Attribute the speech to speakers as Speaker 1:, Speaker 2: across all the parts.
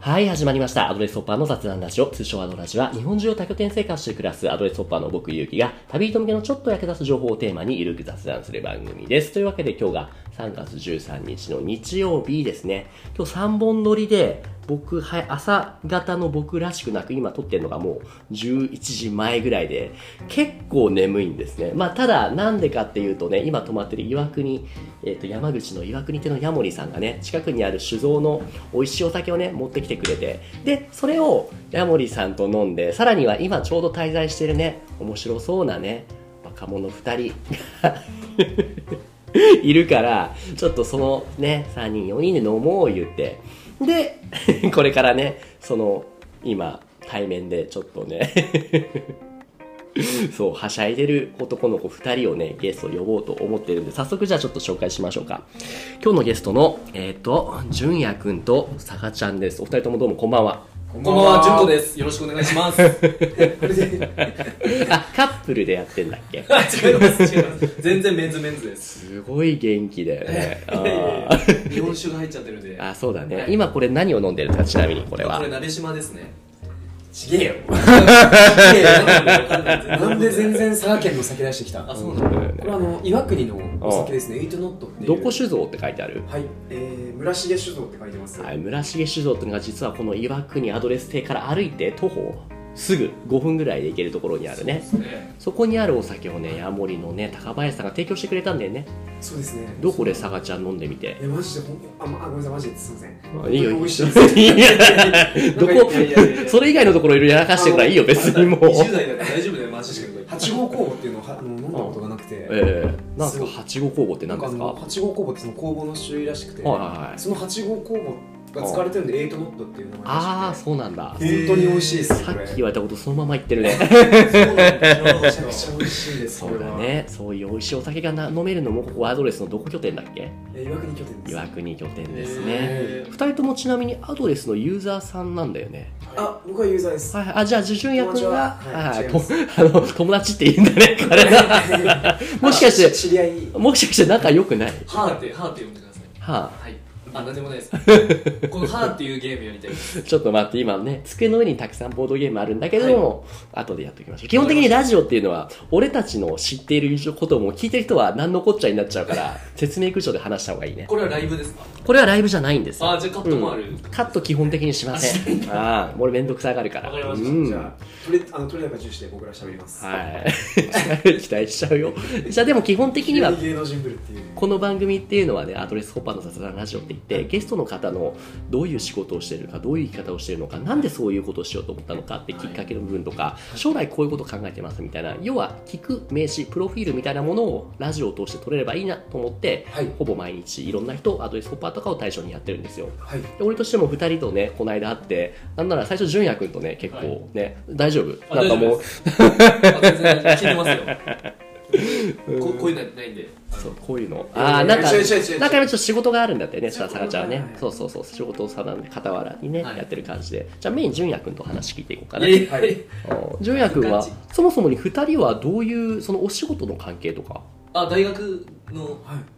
Speaker 1: はい、始まりました。アドレスホッパーの雑談ラジオ。通称アドラジは、日本中を多拠点生活して暮らすアドレスホッパーの僕、ゆうきが、旅人向けのちょっと役立つ情報をテーマに、ゆるく雑談する番組です。というわけで、今日が3月13日の日曜日ですね。今日3本撮りで、僕、はい、朝方の僕らしくなく、今撮ってるのがもう11時前ぐらいで、結構眠いんですね。まあ、ただ、なんでかっていうとね、今泊まってる岩国、えっ、と、山口の岩国手のヤモリさんがね、近くにある酒造の美味しいお酒をね、持ってきてくれて、で、それをヤモリさんと飲んで、さらには今ちょうど滞在してるね、面白そうなね、若者2人が いるから、ちょっとそのね、3人、4人で飲もう言って、で、 これからね、その、今、対面でちょっとね、そう、はしゃいでる男の子2人をね、ゲストを呼ぼうと思ってるんで、早速じゃあちょっと紹介しましょうか。今日のゲストの、えっ、と、純也くんとさかちゃんです。お二人ともどうもこんばんは。
Speaker 2: こんばんは、じゅんこです。よろしくお願いします。違い
Speaker 1: あ、カップルでやってんだっけ
Speaker 2: ます、違います。全然メンズメンズです。
Speaker 1: すごい元気だよね。あー
Speaker 2: 日本酒が入っちゃってるんで。
Speaker 1: あ、そうだね。今これ何を飲んでるんですかちなみにこれは
Speaker 2: これ、。鍋島ですね。
Speaker 3: ちげえよ。なんで全然佐賀県の酒出してきた
Speaker 2: あ、
Speaker 3: こ
Speaker 2: そうなんだ。
Speaker 3: れあの、岩国のお酒ですね。エイトノットっていう。
Speaker 1: どこ酒造って書いてある
Speaker 3: はい、えー、村重酒造って書いてます。
Speaker 1: はい、村重酒造っていうのが実はこの岩国アドレス邸から歩いて徒歩すぐ5分ぐらいで行けるところにあるね。そこにあるお酒をね、ヤモリのね、高林さんが提供してくれたんだよね。
Speaker 3: そうですね。
Speaker 1: どこで佐賀ちゃん飲んでみて。
Speaker 3: いや、マジで、ほんあ、まあ、ごめんなさい、マジですいません。
Speaker 1: いいよ、いいよ。
Speaker 3: 美 味しいです。
Speaker 1: いやどこ
Speaker 3: いやいやいやい、や
Speaker 1: それ以外のところいろやらかしてからいいよ、別にもう。
Speaker 2: 20代だから大丈夫だよ、マジしか言
Speaker 3: 八号工房っていうのをはあの飲んだことがなくて。
Speaker 1: ええなんです
Speaker 3: す
Speaker 1: か
Speaker 3: ごい
Speaker 1: 八五工房って
Speaker 3: な
Speaker 1: 何
Speaker 3: ん
Speaker 1: で
Speaker 3: かあ
Speaker 1: すか
Speaker 3: の八号工房ってその工房の種類らしくて、
Speaker 1: はいはいはい
Speaker 3: その八号工房が使われてるんでエイトノットっていう名前らしくて
Speaker 1: ああーそうなんだ
Speaker 3: 本当に美味しいです
Speaker 1: さ
Speaker 3: これ
Speaker 1: っき言われたことそのまま言ってるね
Speaker 3: めちゃくちゃ美味しいです
Speaker 1: そ
Speaker 3: こ
Speaker 1: う
Speaker 3: れ
Speaker 1: だ
Speaker 3: は
Speaker 1: ねそういう美味しいお酒がな飲めるのもここアドレスのどこ拠点だっけ
Speaker 3: えー岩国拠点です
Speaker 1: 岩国拠点ですね
Speaker 2: え
Speaker 1: 二人ともちなみにアドレスのユーザーさんなんだよね
Speaker 3: あ僕はユーザーです
Speaker 1: はいはいあじゃあ受順役が
Speaker 3: 友達は
Speaker 1: は
Speaker 3: はいい
Speaker 1: と あの友達って言うんだね これなもしかして
Speaker 3: あ知り合い
Speaker 1: もしかして仲良くない
Speaker 2: えはーって、はーって呼んでください。
Speaker 1: は
Speaker 2: はい。あ、なんでもないです。このはーっていうゲームやりたいです。
Speaker 1: あ、ちょっと待って今ね机の上にたくさんボードゲームあるんだけども、後でやっておきましょう基本的にラジオっていうのは俺たちの知っていることも聞いてる人は何のこっちゃになっちゃうから説明口調で話した方がいいね
Speaker 2: これはライブですか
Speaker 1: これはライブじゃないんですよ
Speaker 2: あ、じゃあカットもある。
Speaker 1: カット基本的にしませんああ俺めんどくさがるから
Speaker 2: わかりました
Speaker 1: うん
Speaker 3: じゃあ取れあの取れ高重視で僕ら喋ります
Speaker 1: はい。 期待しちゃうよ。じゃあでも基本的には
Speaker 3: 急、芸能人ぶるっていう
Speaker 1: この番組っていうのはね、アドレスホッパーの雑談ラジオって言って、ゲストの方のどういう仕事をしてるのか、どういう生き方をしてるのか、なんでそういうことをしようと思ったのかってきっかけの部分とか、将来こういうこと考えてますみたいな、要は聞く名詞、プロフィールみたいなものをラジオを通して取れればいいなと思って、
Speaker 3: はい
Speaker 1: ほぼ毎日いろんな人、アドレスホッパーとかを対象にやってるんですよ。
Speaker 3: はい
Speaker 1: で俺としても2人とねこの間会ってなんなら最初純也君とね結構ね、大丈夫
Speaker 2: あ
Speaker 1: なんかもう
Speaker 2: 大あ全然聞いてますよ。ここういうのないんで。
Speaker 1: そうこういうの
Speaker 3: いやいや
Speaker 1: ああなんか
Speaker 3: 違う違う違う違う
Speaker 1: なんか今ちょっと仕事があるんだったよねさ
Speaker 3: そうい
Speaker 1: さ
Speaker 3: うこと
Speaker 1: らちゃんはね
Speaker 3: はいはい
Speaker 1: そうそうそう仕事をさなんで傍らにね、
Speaker 2: はい
Speaker 1: やってる感じでじゃあメイン純也君と話聞いていこうかな
Speaker 2: え
Speaker 3: はい
Speaker 1: うん純也君は
Speaker 2: そんな
Speaker 1: そもそもに2人はどういうそのお仕事の関係とか
Speaker 2: あ、大学の
Speaker 3: はい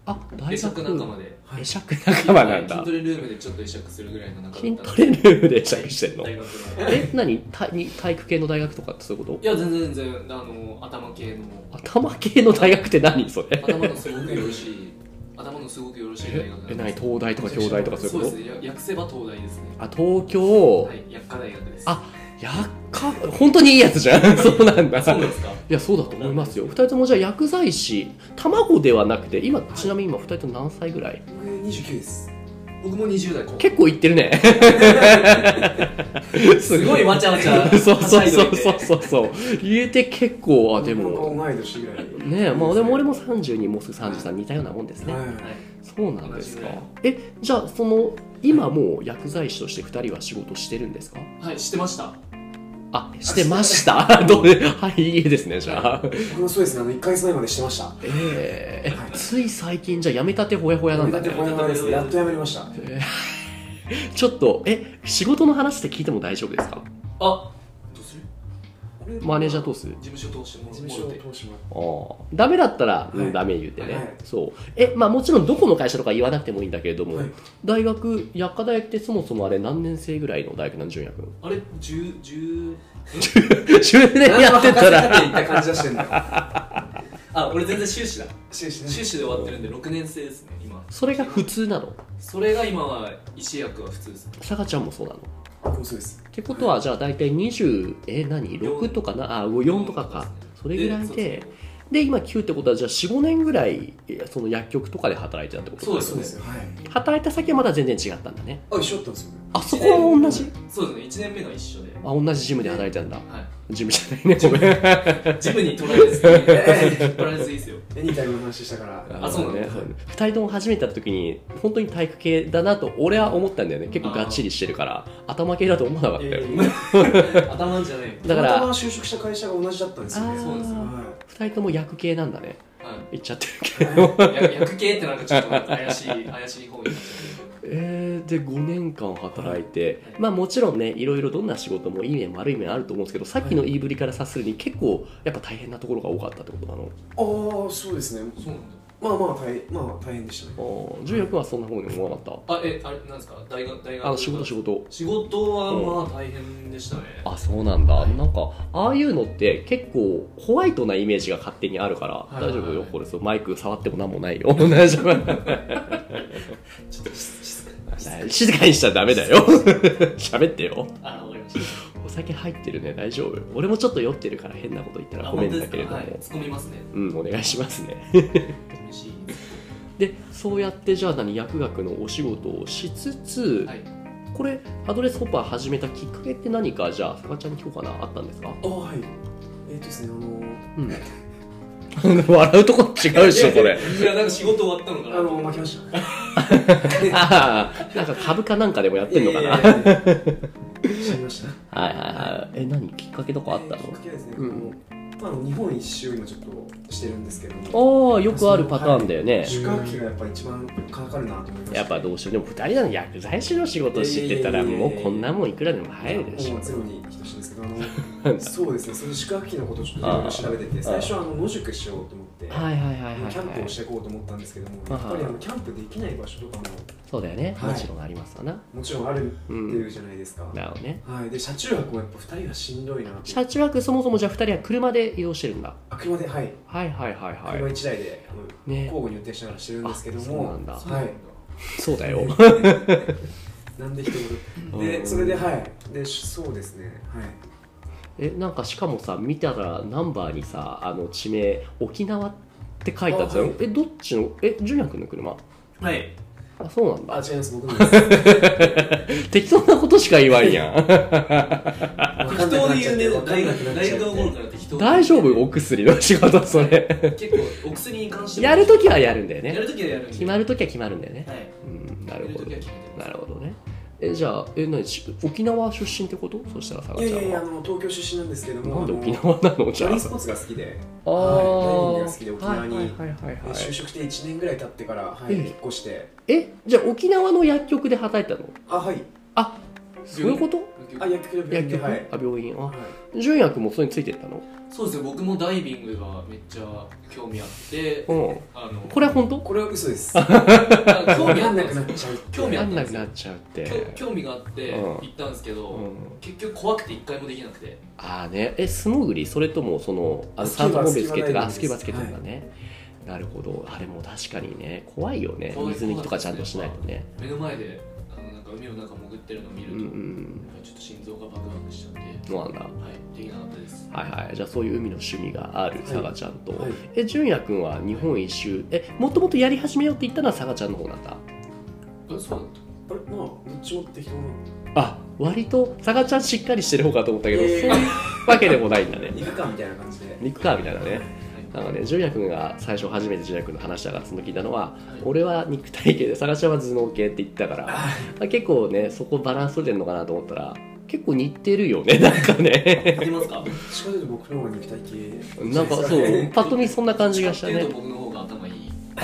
Speaker 1: あ大学
Speaker 2: 会釈仲間で。
Speaker 1: 会釈仲間なんだ
Speaker 2: 筋トレルームでちょっと会釈するぐらいの仲だったん
Speaker 1: 筋
Speaker 2: で
Speaker 1: トレルームで会釈してんの
Speaker 2: 大学の
Speaker 1: え何体に体育系の大学とかってそういうこ
Speaker 2: いや全然全然あの頭系の
Speaker 1: と頭系の大学って何それ
Speaker 2: 頭のすごくよろしい頭のすごくよろしい大学なん
Speaker 1: え
Speaker 2: で
Speaker 1: 何
Speaker 2: す
Speaker 1: 東大とか京大とかそう
Speaker 2: そ
Speaker 1: いう
Speaker 2: うで
Speaker 1: こ
Speaker 2: す
Speaker 1: と
Speaker 2: ねや訳せば東大ですね
Speaker 1: あ東京、
Speaker 2: はい薬科大学です
Speaker 1: あやっか本当にいいやつじゃんそうなんだ
Speaker 2: そうですか
Speaker 1: いやそうだと思いますよ2人ともじゃあ薬剤師卵ではなくて今ちなみに今2人とも何歳ぐらい
Speaker 3: 僕29です
Speaker 2: 僕も20代後半
Speaker 1: 結構いってるね
Speaker 2: すごいわちゃわちゃ
Speaker 1: そうそう
Speaker 2: はしゃ
Speaker 1: そ
Speaker 2: いど
Speaker 1: う
Speaker 2: いて
Speaker 1: そうそうそう言えて結構あでも
Speaker 3: 僕は同い年ぐらい
Speaker 1: ねえまあでも俺も32もうすぐ33似たようなもんですね
Speaker 2: はい
Speaker 3: は
Speaker 1: そうなんですか
Speaker 2: 同じ
Speaker 1: えじゃあその今もう薬剤師として2人は仕事してるんですか
Speaker 2: はい知ってました
Speaker 1: あしてましたどうはいいいですねじゃあ
Speaker 3: い僕もそうですねあの1ヶ月前までしてました
Speaker 1: ええ
Speaker 3: はい
Speaker 1: つい最近じゃあやめたてほやほやなんだ
Speaker 3: だってこれですねやっとやめました
Speaker 1: ちょっとえ仕事の話って聞いても大丈夫ですか
Speaker 2: あどうする
Speaker 3: え
Speaker 1: マネージャー通す
Speaker 2: 事務所通しても
Speaker 3: 事務
Speaker 2: も
Speaker 3: 所
Speaker 2: ろ
Speaker 3: を
Speaker 2: て
Speaker 3: 通してもらって
Speaker 1: あーダメだったら、うん
Speaker 3: はい
Speaker 1: ダメ言うてね、
Speaker 3: はい
Speaker 1: そうえまあもちろんどこの会社とか言わなくてもいいんだけれども、
Speaker 3: はい
Speaker 1: 大学薬科大学ってそもそもあれ何年生ぐらいの大学なん純 也君
Speaker 2: あれ十十
Speaker 1: 10年やってた
Speaker 3: なん
Speaker 1: ら
Speaker 3: で博士課程行った感じはして んだ
Speaker 2: あ俺全然修士だ
Speaker 3: 終始ね
Speaker 2: 修士で終わってるんで六年生ですね今
Speaker 1: それが普通なの
Speaker 2: それが今は石役は普通ですね
Speaker 1: さがちゃんもそうなの
Speaker 3: もうそうです
Speaker 1: ってことはじゃあ大体20え何
Speaker 2: 四
Speaker 1: 6とかなあ4とかかそれぐらい
Speaker 2: そう
Speaker 1: でで今9ってことはじゃあ45年ぐらいえその薬局とかで働いてたってこと
Speaker 2: そうです
Speaker 3: そうですよはい
Speaker 1: 働いた先はまだ全然違ったんだね
Speaker 3: あ一緒だったんですよ
Speaker 1: あそこも同じ
Speaker 2: そうですね一年目が一緒で
Speaker 1: あ同じジムで働いてたんだ
Speaker 2: は
Speaker 1: ジムじゃないねごめん
Speaker 2: いジムに取ら れずに取られずいいですよ
Speaker 3: え似たような話したから
Speaker 2: あそうなんだ
Speaker 1: ね2人とも初めて会った時に本当に体育系だなと俺は思ったんだよね結構がっちりしてるから頭系だと思わなかった
Speaker 3: いやい
Speaker 1: よ
Speaker 3: やいや
Speaker 2: 頭じゃない
Speaker 1: だか
Speaker 3: たまたま
Speaker 1: ら
Speaker 3: 就職した会社が同じだったんですよ
Speaker 1: あー
Speaker 3: ね
Speaker 2: そうですよ
Speaker 3: は
Speaker 1: 2人とも薬系なんだね
Speaker 2: は
Speaker 1: 言っちゃってるけど
Speaker 2: いや役系ってなんかちょっと怪しい怪しい方になっちゃってる
Speaker 1: えー、で5年間働いて、
Speaker 2: はい
Speaker 1: まあもちろんねいろいろどんな仕事もいい面悪い面あると思うんですけどさっきの言いぶりから察するに結構やっぱ大変なところが多かったってことなの
Speaker 3: ああそうですね
Speaker 2: そうなんだ
Speaker 3: まあまあ大変まあ大変でしたね
Speaker 1: ああ純也君はそんな方に思わなかっ
Speaker 2: あえあれなんですか大学大
Speaker 1: た
Speaker 2: 学
Speaker 1: あの仕事仕事
Speaker 2: 仕事はまあ大変でしたね
Speaker 1: あそうなんだなんかああいうのって結構ホワイトなイメージが勝手にあるから、
Speaker 2: いはいはい
Speaker 1: 大丈夫よこれそうマイク触っても何もない よ大丈夫
Speaker 2: ちょっと静かに
Speaker 1: 静かにしちゃダメだよ喋ってよ
Speaker 2: あわかりました
Speaker 1: お酒入ってるね大丈夫俺もちょっと酔ってるから変なこと言ったら
Speaker 2: あ
Speaker 1: ごめんだけれども、
Speaker 2: 本当ですかはい突っ込みますね
Speaker 1: うんお願いしますね
Speaker 2: 嬉しい
Speaker 1: でそうやってじゃあ何薬学のお仕事をしつつ、
Speaker 2: はい
Speaker 1: これアドレスホッパー始めたきっかけって何かじゃあさかちゃんに聞こうかなあったんですか
Speaker 3: あはいえっ、とですねあ
Speaker 1: う
Speaker 3: の
Speaker 1: ん 笑うとこ違うでしょこれ
Speaker 2: いやなんか仕事終わったのかな
Speaker 3: あの負けま した
Speaker 1: ああなんか株かなんかでもやってんのかなはい
Speaker 3: 死にました
Speaker 1: はいはいえ何きっかけとかあった
Speaker 3: えーきっ
Speaker 1: の
Speaker 3: かけはですね、
Speaker 1: う
Speaker 3: うんまあ、あの日本一周今ちょっとしてるんですけども
Speaker 1: ああよくあるパターンだよね
Speaker 3: 宿泊費がやっぱ一番かかるなと思いました
Speaker 1: やっぱどうしようでも2人なの薬剤師の仕事を知ってたら
Speaker 3: いやいやいや
Speaker 1: も
Speaker 3: いうや
Speaker 1: こんなもんいくらでも入るでし
Speaker 3: も
Speaker 1: ょ
Speaker 3: うゼロに等しいんですけどあの そうですねその宿泊費のことをちょっといろいろ調べてて
Speaker 1: あー
Speaker 3: 最初はあの野宿しようと思って、
Speaker 1: はいはいはいはい、は
Speaker 3: キャンプを
Speaker 1: い、
Speaker 3: していこうと思ったんですけども
Speaker 1: あ
Speaker 3: や
Speaker 1: ー
Speaker 3: っぱりあのキャンプできない場所とかも
Speaker 1: そうだよね、
Speaker 3: はい
Speaker 1: もちろんありますわな
Speaker 3: もちろんあるっていうじゃないですか、
Speaker 1: なおね
Speaker 3: はい、で車中泊はやっぱ2人はしんどいなって
Speaker 1: 車中泊そもそもじゃあ2人は車で移動してるんだ
Speaker 3: あ車ではい
Speaker 1: はいはいはい
Speaker 3: 車
Speaker 1: はい
Speaker 3: 1台で、あの
Speaker 1: ね
Speaker 3: 交互に運転しながらしてるんですけども
Speaker 1: あそうなんだ
Speaker 2: そうな
Speaker 3: は
Speaker 2: ん
Speaker 3: い
Speaker 2: だ
Speaker 1: そうだよ
Speaker 3: なんで一言
Speaker 1: う
Speaker 3: で
Speaker 1: ん
Speaker 3: それではいでしそうですねはい
Speaker 1: えなんかしかもさ見たらナンバーにさあの地名沖縄って書いてあった
Speaker 3: あ
Speaker 1: よ
Speaker 3: はい
Speaker 1: えどっちのえジュニア君の車
Speaker 2: はい
Speaker 1: あそうなんだ
Speaker 3: あ違います僕のです
Speaker 1: 適当なことしか言わんや ん
Speaker 2: 適当で言うね
Speaker 3: わかん
Speaker 2: 大
Speaker 3: なくな
Speaker 2: 学
Speaker 3: っち
Speaker 2: 大
Speaker 3: ゃって
Speaker 2: 学の頃から適当
Speaker 1: 大丈夫お薬の仕事そ れ
Speaker 2: 結構お薬に関しても
Speaker 1: やるときはやるんだよ
Speaker 2: や
Speaker 1: ね
Speaker 2: るときはやるんで
Speaker 1: 決まるときは決まるんだよね
Speaker 2: はい
Speaker 1: うんなるほど
Speaker 2: やる時は決めてます
Speaker 1: なるほどねえじゃあえ何し沖縄出身ってことそしたらさが
Speaker 3: いやい
Speaker 1: ちゃ
Speaker 3: やい
Speaker 1: ん
Speaker 3: やあ
Speaker 1: は
Speaker 3: の東京出身なんですけども
Speaker 1: なんで
Speaker 3: あの
Speaker 1: 沖縄なのじ
Speaker 3: ジ
Speaker 1: ゃ
Speaker 3: ャ
Speaker 1: あ
Speaker 3: リースポーツが好きで
Speaker 1: あ
Speaker 3: はい
Speaker 1: あ
Speaker 3: ダイビングが好きで沖縄に
Speaker 1: はいはいはいはい
Speaker 3: で就職して1年ぐらい経ってから、は
Speaker 1: え
Speaker 3: い、
Speaker 1: え
Speaker 3: 引っ越して
Speaker 1: えじゃあ沖縄の薬局で働いてたの
Speaker 3: あはい
Speaker 1: あそういうこと
Speaker 3: あ薬局
Speaker 1: 薬
Speaker 3: で病院で
Speaker 1: 局、
Speaker 3: はい
Speaker 1: あ病院あ
Speaker 3: はい
Speaker 1: 純薬もそれについてったの
Speaker 2: そうですね僕もダイビングがめっちゃ興味あって
Speaker 1: うん
Speaker 2: あの
Speaker 1: これは本当
Speaker 3: これは嘘です
Speaker 2: あ興
Speaker 3: 興味
Speaker 2: 味あ
Speaker 3: あ
Speaker 2: った
Speaker 3: んなん
Speaker 2: で
Speaker 3: く
Speaker 2: す
Speaker 3: なっ
Speaker 2: よ
Speaker 3: ちゃう
Speaker 2: 興味
Speaker 1: な
Speaker 2: あっ
Speaker 1: ん
Speaker 2: たん
Speaker 1: な
Speaker 2: で
Speaker 1: く
Speaker 2: す
Speaker 1: な
Speaker 2: よ
Speaker 1: っちゃうって
Speaker 2: 興興味があって
Speaker 1: うん
Speaker 2: 行ったんですけど、
Speaker 1: うん
Speaker 2: 結局怖くて一回もできなくて
Speaker 1: ああねえ素潜りそれともそのあの
Speaker 3: スキュー
Speaker 1: 酸
Speaker 3: バ
Speaker 1: 素ボンベつけてる
Speaker 3: スキューバダイビング
Speaker 1: あ
Speaker 3: です
Speaker 1: スキューバつけてるんだね、なるほどあれも確かにね怖いよね
Speaker 2: 怖い
Speaker 1: 水抜きとかちゃんとしないとね
Speaker 2: 目の前であのなんか海の中潜ってるのを見る
Speaker 1: う
Speaker 2: と、
Speaker 1: んうん
Speaker 2: ちょっと心臓がバクバクしちゃって
Speaker 1: そうなんだ
Speaker 2: はいできなかったです
Speaker 1: はいはいじゃあそういう海の趣味がある
Speaker 3: い
Speaker 1: 佐賀ちゃんと、
Speaker 3: はい
Speaker 1: え純也君は日本一周えもともとやり始めようって言ったのは佐賀ちゃんの方なんだ
Speaker 2: えそうだっ
Speaker 3: あれまあどっちも適当な
Speaker 1: あ割と佐賀ちゃんしっかりしてる方かと思ったけど、
Speaker 3: いやいやい
Speaker 1: そ
Speaker 3: や
Speaker 1: ういうわけでもないんだね
Speaker 3: 肉感みたいな感じで
Speaker 1: 肉かみたいなね
Speaker 2: た
Speaker 1: なんかね純也君が最初初めて純也君の話だからその聞いたのは、
Speaker 2: い
Speaker 1: 俺は肉体系で佐賀ちゃんは頭脳系って言ってたから、まあ結構ねそこバランス取れてんのかなと思ったら結構似てるよねなんか ね
Speaker 2: はい、いきますか
Speaker 3: どっちかというと僕の方が肉体系
Speaker 1: なんかそうパッと見そんな感じがした
Speaker 2: どっ
Speaker 1: ね
Speaker 2: ちかっていうと僕の方が頭いい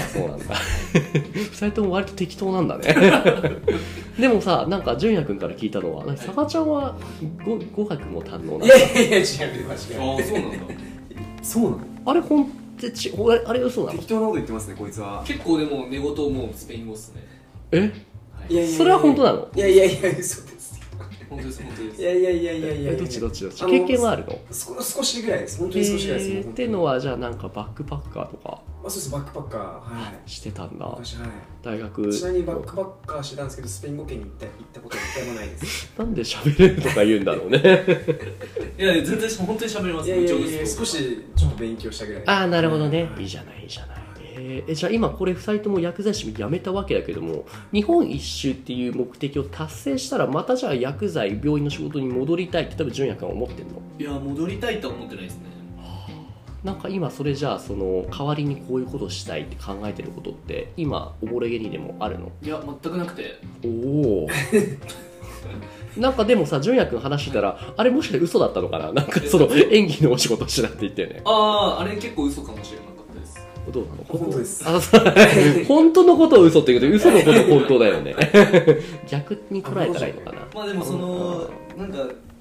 Speaker 1: そうなんだ2人とも割と適当なんだ ねでもさなんか純也君から聞いたのはなんかサバちゃんは語語学も堪能ない
Speaker 3: やいやいや違う間違
Speaker 2: ああそうなんだ
Speaker 3: えそうなの
Speaker 1: あれほんってち俺あれ嘘なの
Speaker 3: 適当なこと言ってますねこいつは
Speaker 2: 結構でも寝言もスペイン語っすね
Speaker 1: え
Speaker 2: はい
Speaker 3: いやいやいや
Speaker 1: それは本当なの
Speaker 3: いやいやいや嘘です
Speaker 2: 本当です本当で
Speaker 3: い
Speaker 2: す
Speaker 3: やいやいやいやいや
Speaker 1: えどっちどっちどっち
Speaker 3: あの
Speaker 1: 経験はあるの
Speaker 3: 少少しぐらいです本当
Speaker 1: え
Speaker 3: に少しぐらいです、
Speaker 1: ー、ってのはじゃあなんかバックパッカーとか
Speaker 3: あそうですバックパッカーはい
Speaker 1: してたんだ
Speaker 3: 昔は
Speaker 1: 大
Speaker 3: い
Speaker 1: 学
Speaker 3: ちなみにバックパッカーしてたんですけどスペイン語圏に行った行ったことは一回もないです
Speaker 1: なんで喋れるとか言うんだろうね
Speaker 2: いやいや全然本当に喋れま
Speaker 3: い
Speaker 2: す
Speaker 3: や
Speaker 2: め
Speaker 3: い
Speaker 2: っ
Speaker 3: や
Speaker 2: ちゃ
Speaker 3: いや少しちょっと勉強したぐらい
Speaker 1: ああなるほどね
Speaker 3: はい
Speaker 1: いいじゃないいいじゃないえーえじゃあ今これ2人とも薬剤師やめたわけだけども日本一周っていう目的を達成したらまたじゃあ薬剤病院の仕事に戻りたいって多分純也君は思ってんの
Speaker 2: いや戻りたいとは思ってないですね
Speaker 1: なんか今それじゃあその代わりにこういうことしたいって考えてることって今溺れげにでもあるの
Speaker 2: いや全くなくて
Speaker 1: おお なんかでもさ純也君話してたらあれもしかして嘘だったのかななんかその演技のお仕事してたって言ったよね
Speaker 2: あああれ結構嘘かもしれなかったです
Speaker 1: どうなの
Speaker 3: 本当です
Speaker 1: あそう 本当のことを嘘って言うけど嘘のこと本当だよね 逆に捉えたらいいのかな
Speaker 2: まあでもそのなんか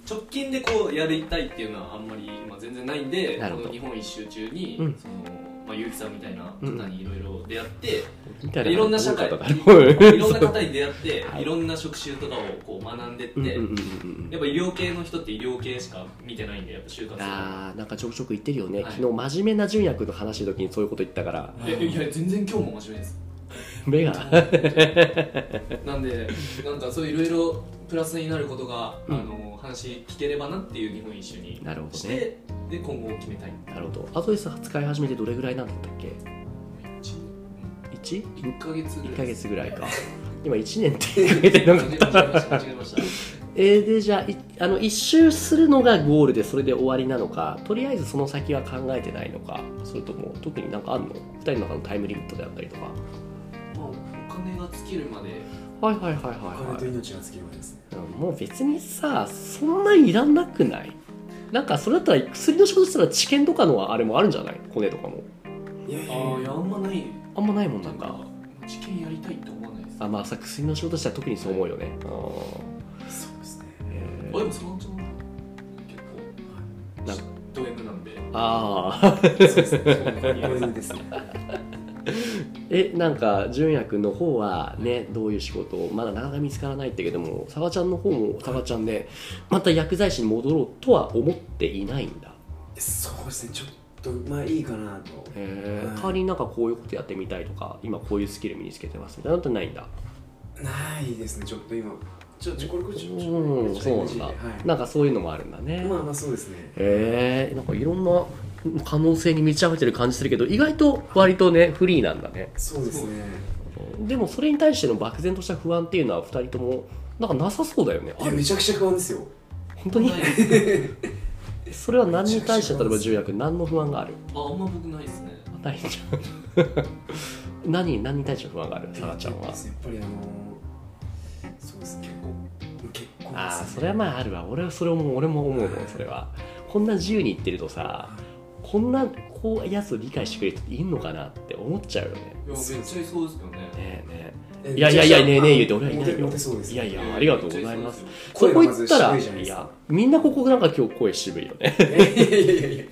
Speaker 2: 直近でこうやりたいっていうのはあんまり今全然ないんで
Speaker 1: なるほど
Speaker 2: この日本一周中に、
Speaker 1: うん
Speaker 2: そのまあ、結城さんみたいな方にいろいろ出会って、
Speaker 1: みたい
Speaker 2: で
Speaker 1: ない
Speaker 2: ろんな社会い
Speaker 1: どういうことだろう
Speaker 2: ろんな方に出会っ て、
Speaker 1: はい
Speaker 2: い、ろんな職種とかをこう学んでって、
Speaker 1: うんうんうんうん
Speaker 2: やっぱ医療系の人って医療系しか見てないんでやっぱ就活
Speaker 1: あーなんかちょくちょく言ってるよね、
Speaker 2: はい
Speaker 1: 昨日真面目な純也君と話した時にそういうこと言ったから
Speaker 2: えいや全然今日も真面目です
Speaker 1: 目が
Speaker 2: なんでなんかそういろいろプラスになることが、
Speaker 1: うん
Speaker 2: あの話聞ければなっていう日本一周に
Speaker 1: なるほ
Speaker 2: し
Speaker 1: ど
Speaker 2: て、
Speaker 1: ね
Speaker 2: で今後を決めたい
Speaker 1: なるほどアドレス使い始めてどれぐらいなんだったっけ1
Speaker 2: 1ヶ月ぐらい
Speaker 1: 1ヶ月ぐらいか今1年って言ってなかった
Speaker 2: 間違えました
Speaker 1: えーでじゃあいあの一周するのがゴールでそれで終わりなのかとりあえずその先は考えてないのかそれとも特になんかあるの2人の中のタイムリミットであったりとか
Speaker 2: まあ、お金が尽きるまで
Speaker 1: はいはいはいはい
Speaker 3: お金と命がつきまですね
Speaker 1: うんもう別にさそんなにいらなくないなんかそれだったら薬の仕事したら治験とかのあれもあるんじゃない骨とかも
Speaker 3: いやい
Speaker 2: あ
Speaker 3: や
Speaker 2: あ
Speaker 3: い
Speaker 2: い
Speaker 3: や
Speaker 2: やあんまない
Speaker 1: あんまないもんな
Speaker 2: なんん
Speaker 1: か
Speaker 2: か治験やりたいって思わないです
Speaker 1: あまあさ薬の仕事したら特にそう思うよね、
Speaker 3: そうですね
Speaker 1: うんえ
Speaker 2: あで
Speaker 1: ー
Speaker 2: もそのうちも結構
Speaker 1: なん
Speaker 2: しド M なんで
Speaker 1: ああ
Speaker 3: そうですねこれですね
Speaker 1: えなんか純也君の方はねどういう仕事をまだなかなか見つからないってけどもサバちゃんの方もサバちゃんでまた薬剤師に戻ろうとは思っていないんだ
Speaker 3: そうですねちょっとまあいいかなと
Speaker 1: へえ
Speaker 3: はい
Speaker 1: 代わりになんかこういうことやってみたいとか今こういうスキル身につけてますみたいなのってないんだ
Speaker 3: ないですねちょっと今ちょっとこれこれちょっと
Speaker 1: うんそうなんだ、なんかそういうのもあるんだ
Speaker 3: は
Speaker 1: ね
Speaker 3: いまあまあそうですね
Speaker 1: へえなんかいろんな可能性に満ち溢れてる感じするけど意外と割とねフリーなんだね
Speaker 3: そうですね
Speaker 1: でもそれに対しての漠然とした不安っていうのは2人ともなんかなさそうだよね
Speaker 3: い
Speaker 1: あ
Speaker 3: や
Speaker 1: る
Speaker 3: めちゃくちゃ不安ですよ
Speaker 1: 本当に
Speaker 2: ないです
Speaker 1: それは何に対して例えば重役何の不安がある
Speaker 2: ああんま僕ないですね
Speaker 1: ないじゃん何何に対して不安があるさらちゃん
Speaker 3: や
Speaker 1: は
Speaker 3: っぱりあのそうですね結婚結婚ですね
Speaker 1: ああそれはまああるわ俺はそれをもう俺も思うもんそれはこんな自由に言ってるとさこんなこうやつを理解してくれる人っていんのかなって思っちゃうよね
Speaker 2: いやめっちゃいそうですけどね
Speaker 1: ねえね
Speaker 3: え
Speaker 1: いやいやいやねえねえ言うて俺はい
Speaker 3: モ
Speaker 1: ない
Speaker 3: テ
Speaker 1: よ
Speaker 3: モテそうで
Speaker 1: え
Speaker 3: す
Speaker 1: い
Speaker 3: ね
Speaker 1: やいやありがとうございますそ
Speaker 3: 声
Speaker 1: こ
Speaker 3: が
Speaker 1: 行っ
Speaker 3: まず
Speaker 1: たら
Speaker 3: 渋いじゃない
Speaker 1: い
Speaker 3: ですか
Speaker 1: やみんなここなんか今日声渋いよね
Speaker 3: いやいやいやいや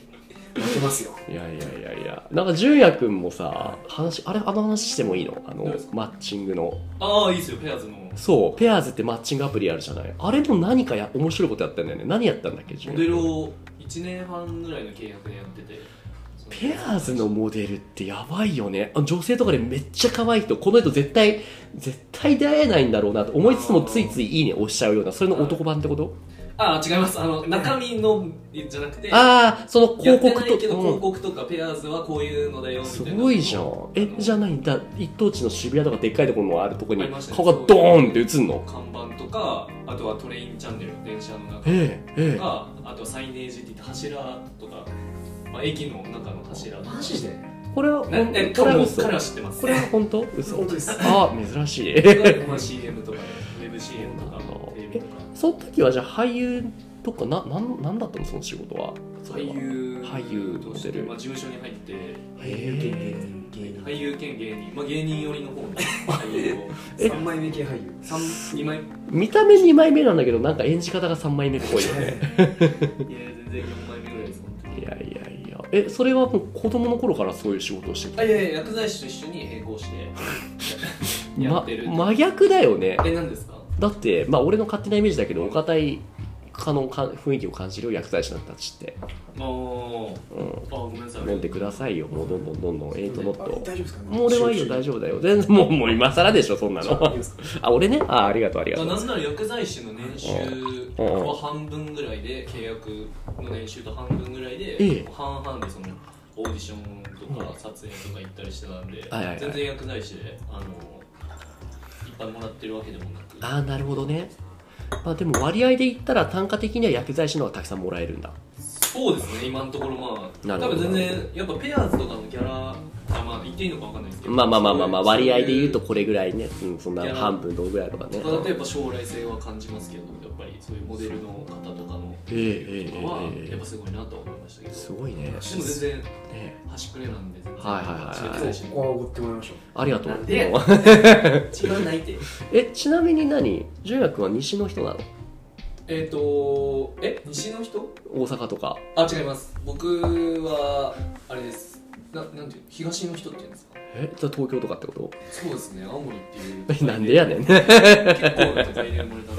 Speaker 3: 負けますよ
Speaker 1: いやいやいやいやなんか純也君もさ話あれあの話してもいいのあ
Speaker 2: どう
Speaker 1: の
Speaker 2: ですか
Speaker 1: マッチングの
Speaker 2: ああいいですよペアーズの
Speaker 1: そう、ペアーズってマッチングアプリあるじゃない。あれの何かや面白いことやったんだよね。何やったんだっけ、
Speaker 2: モデル
Speaker 1: 純也
Speaker 2: を1年半ぐらいの契約でやっててそ
Speaker 1: 君ペアーズのモデルってやばいよね。あ女性とかでめっちゃ可愛い人、この人絶対、絶対出会えないんだろうなと思いつつもついついいいね押しちゃうような、それの男版ってこと
Speaker 2: ああ違いますあの中身のじゃなくて
Speaker 1: ああ、その
Speaker 2: やっ
Speaker 1: 広
Speaker 2: て
Speaker 1: 告
Speaker 2: な
Speaker 1: と
Speaker 2: いけど
Speaker 1: うん
Speaker 2: 広告とかペアーズはこういうのだよみた
Speaker 1: す
Speaker 2: いな
Speaker 1: ごいじゃん。え、じゃあ何だ一等地の渋谷とかでっかいところもあるとこに
Speaker 2: ありましたね
Speaker 1: 顔がドーンって映んの
Speaker 2: 看板とかあとはトレインチャンネル電車の中
Speaker 1: ええ、え
Speaker 2: と
Speaker 1: え。
Speaker 2: かあとはサイネージって言って柱とか、まあ、駅の中の柱とか
Speaker 3: マジで
Speaker 1: これは、ほんこ
Speaker 2: ねね
Speaker 1: れ
Speaker 2: 彼
Speaker 1: は
Speaker 2: も
Speaker 1: 嘘。
Speaker 2: 彼は知ってます
Speaker 1: これは本当嘘
Speaker 3: 本当です
Speaker 1: ああ、珍しい。
Speaker 2: まあ CM とかねウェブ CM とかテレビとか
Speaker 1: その時はじゃあ俳優とかななんなんだったのその仕事はそれは
Speaker 2: 俳優
Speaker 1: 俳優
Speaker 2: として、
Speaker 1: モデル
Speaker 2: まあ、事務所に入って
Speaker 1: へえ
Speaker 3: 芸人
Speaker 2: 俳優兼芸人、まあ、芸人寄りの方の 俳優を
Speaker 3: 3枚目系俳優
Speaker 2: 2枚いや
Speaker 1: 見た目2枚目なんだけどなんか演じ方が3枚目っぽいよね
Speaker 2: 全然4枚目ぐらいです本当に
Speaker 1: いやいやいやえそれはもう子供の頃からそういう仕事をしてきた
Speaker 2: あいやいや薬剤師と一緒に並行してやってる、
Speaker 1: ま、真逆だよね
Speaker 2: え何ですか
Speaker 1: だってまあ俺の勝手なイメージだけどお堅いかのか雰囲気を感じるよ薬剤師の人たちって、
Speaker 2: も
Speaker 1: う
Speaker 2: うあごめんなさい
Speaker 1: ん、飲んでくださいよもうどんどんどんどんエイトノッ
Speaker 3: あ大丈
Speaker 1: ト
Speaker 3: 夫ですかね
Speaker 1: もう俺はいいよ大丈夫だよ全然もうもう今更でしょそんな
Speaker 3: 夫いい
Speaker 1: の
Speaker 3: ですか
Speaker 1: あ俺ねあありがとうありが
Speaker 2: ま
Speaker 1: と
Speaker 2: あ
Speaker 1: う
Speaker 2: なんなら薬剤師の年収は半分ぐらいで契約の年収と半分ぐらい
Speaker 1: ええ
Speaker 2: で半々でそのオーディションとか撮影とか行ったりしてたんで
Speaker 1: はいはいはい
Speaker 2: 全然薬剤師であのいっぱいもらってるわけでもなく
Speaker 1: ああなるほどねまあでも割合で言ったら単価的には薬剤師の方がたくさんもらえるんだ
Speaker 2: そうですね今のところまあ
Speaker 1: な
Speaker 2: 多
Speaker 1: るほど
Speaker 2: 分全然やっぱペアーズとかのギャラあまあ言っていいのかわかんないですけど
Speaker 1: まあまあまあまあまあ
Speaker 2: そうい
Speaker 1: 割合で言うとこれぐらいね、うん、そんない
Speaker 2: や
Speaker 1: 半分どうぐらいとかね
Speaker 2: まあだとやっぱ将来性は感じますけどやっぱりそういうモデルの方とかの
Speaker 1: ええええ
Speaker 2: とかは
Speaker 1: ええ
Speaker 2: やっぱすごいなと思いましたけど
Speaker 1: すごいねね
Speaker 2: でも全然端くれなんで全然
Speaker 1: はいはいはい
Speaker 2: 違
Speaker 1: は
Speaker 2: っ
Speaker 1: い
Speaker 2: てな
Speaker 3: 今
Speaker 2: い
Speaker 3: 日
Speaker 2: し
Speaker 3: ここはおごってもらいましょ
Speaker 1: ありがとう
Speaker 2: なんで
Speaker 1: もう
Speaker 2: 一番泣いて
Speaker 1: えちなみに何純也君は西の人なの
Speaker 2: えっとえ西の人
Speaker 1: 大阪とか
Speaker 2: あ違います僕はあれですななんていう東の人っていうんですか
Speaker 1: えじゃあ東京とかってこと
Speaker 2: そうですね青森っていう
Speaker 1: え なんでやねん
Speaker 2: 結構な都会で生まれたんで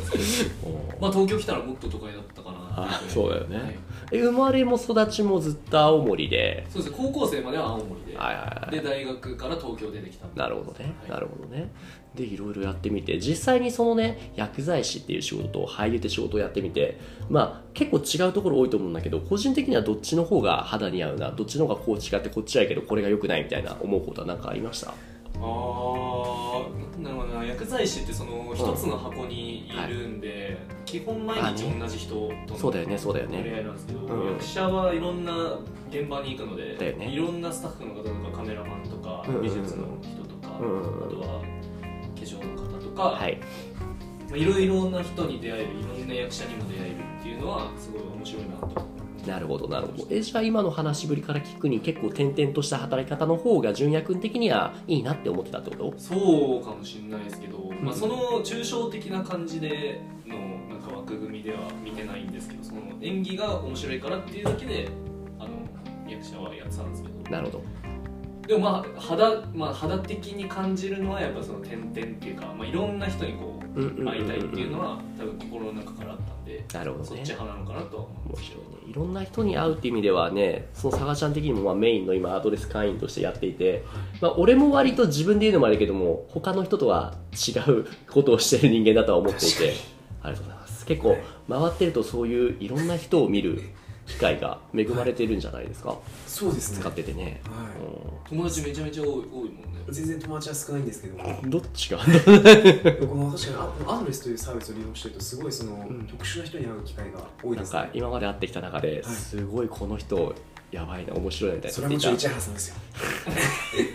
Speaker 2: すけど まあ東京来たらもっと都会だったかなって
Speaker 1: あ
Speaker 2: い
Speaker 1: そうだよね
Speaker 2: はい
Speaker 1: え生まれも育ちもずっと青森で
Speaker 2: そうですね高校生までは青森で
Speaker 1: はいはいはい
Speaker 2: で大学から東京出てきたんで
Speaker 1: なるほどね、
Speaker 2: はい
Speaker 1: なるほどねでいろいろやってみて実際にそのね薬剤師っていう仕事と俳優って仕事をやってみてまあ結構違うところ多いと思うんだけど個人的にはどっちの方が肌に合うなどっちの方がこう違ってこっちやけどこれが良くないみたいな思うことは何かありました
Speaker 2: ああなるほどな薬剤師ってその一つの箱にいるんで、基本毎日同じ人との
Speaker 1: そうだよねそうだよ
Speaker 2: 触れ
Speaker 1: ね
Speaker 2: 合いなんですけど、
Speaker 3: うん
Speaker 2: 役者はいろんな現場に行くので、
Speaker 1: だよね
Speaker 2: いろんなスタッフの方とかカメラマンとか、
Speaker 1: うんうんうん
Speaker 2: 美術の人とか、
Speaker 1: うんうんうん
Speaker 2: あとは化粧の方とか、
Speaker 1: はい
Speaker 2: まあいろいろな人に出会えるいろんな役者にも出会えるっていうのはすごい面白いなと
Speaker 1: なるほどなるほどえじゃあ今の話ぶりから聞くに結構転々とした働き方の方が純也君的にはいいなって思ってたってこと
Speaker 2: そうかもしれないですけど、まあ、その抽象的な感じでのなんか枠組みでは見てないんですけどその演技が面白いからっていうだけであの役者はやってたんですけど
Speaker 1: なるほど
Speaker 2: でもまあ肌,、まあ、肌的に感じるのはやっぱその点々っていうか、まあ、いろんな人にこう
Speaker 1: うんうんうんうん
Speaker 2: 会いたいっていうのは多分心の中からあったんで
Speaker 1: なるほど
Speaker 2: そっ
Speaker 1: ね
Speaker 2: ち派なのかなとは思う
Speaker 1: 面白いねいろんな人に会うって意味ではねその佐賀ちゃん的にもまあメインの今アドレス会員としてやっていて、まあ、俺も割と自分で言うのもあるけども他の人とは違うことをしてる人間だとは思っていてありがとうございます結構回ってるとそういういろんな人を見る機会が恵まれてるんじゃないですか、
Speaker 3: うそうですね
Speaker 1: 使っててね、
Speaker 3: は
Speaker 1: う
Speaker 2: 友達めちゃめちゃ多い多いもんね
Speaker 3: い全然友達は少ないんですけ ども
Speaker 1: んどっち が
Speaker 3: この確かにアアドレスというサービスを利用してるとすごいその、
Speaker 1: ん
Speaker 3: 特殊な人に会う機会が多い
Speaker 1: な
Speaker 3: で
Speaker 1: ん
Speaker 3: す
Speaker 1: か
Speaker 3: ね
Speaker 1: 今まで会ってきた中で
Speaker 3: はい
Speaker 1: すごいこの人やばいな面白いなみたいな
Speaker 3: それはもちろん市原さんです よ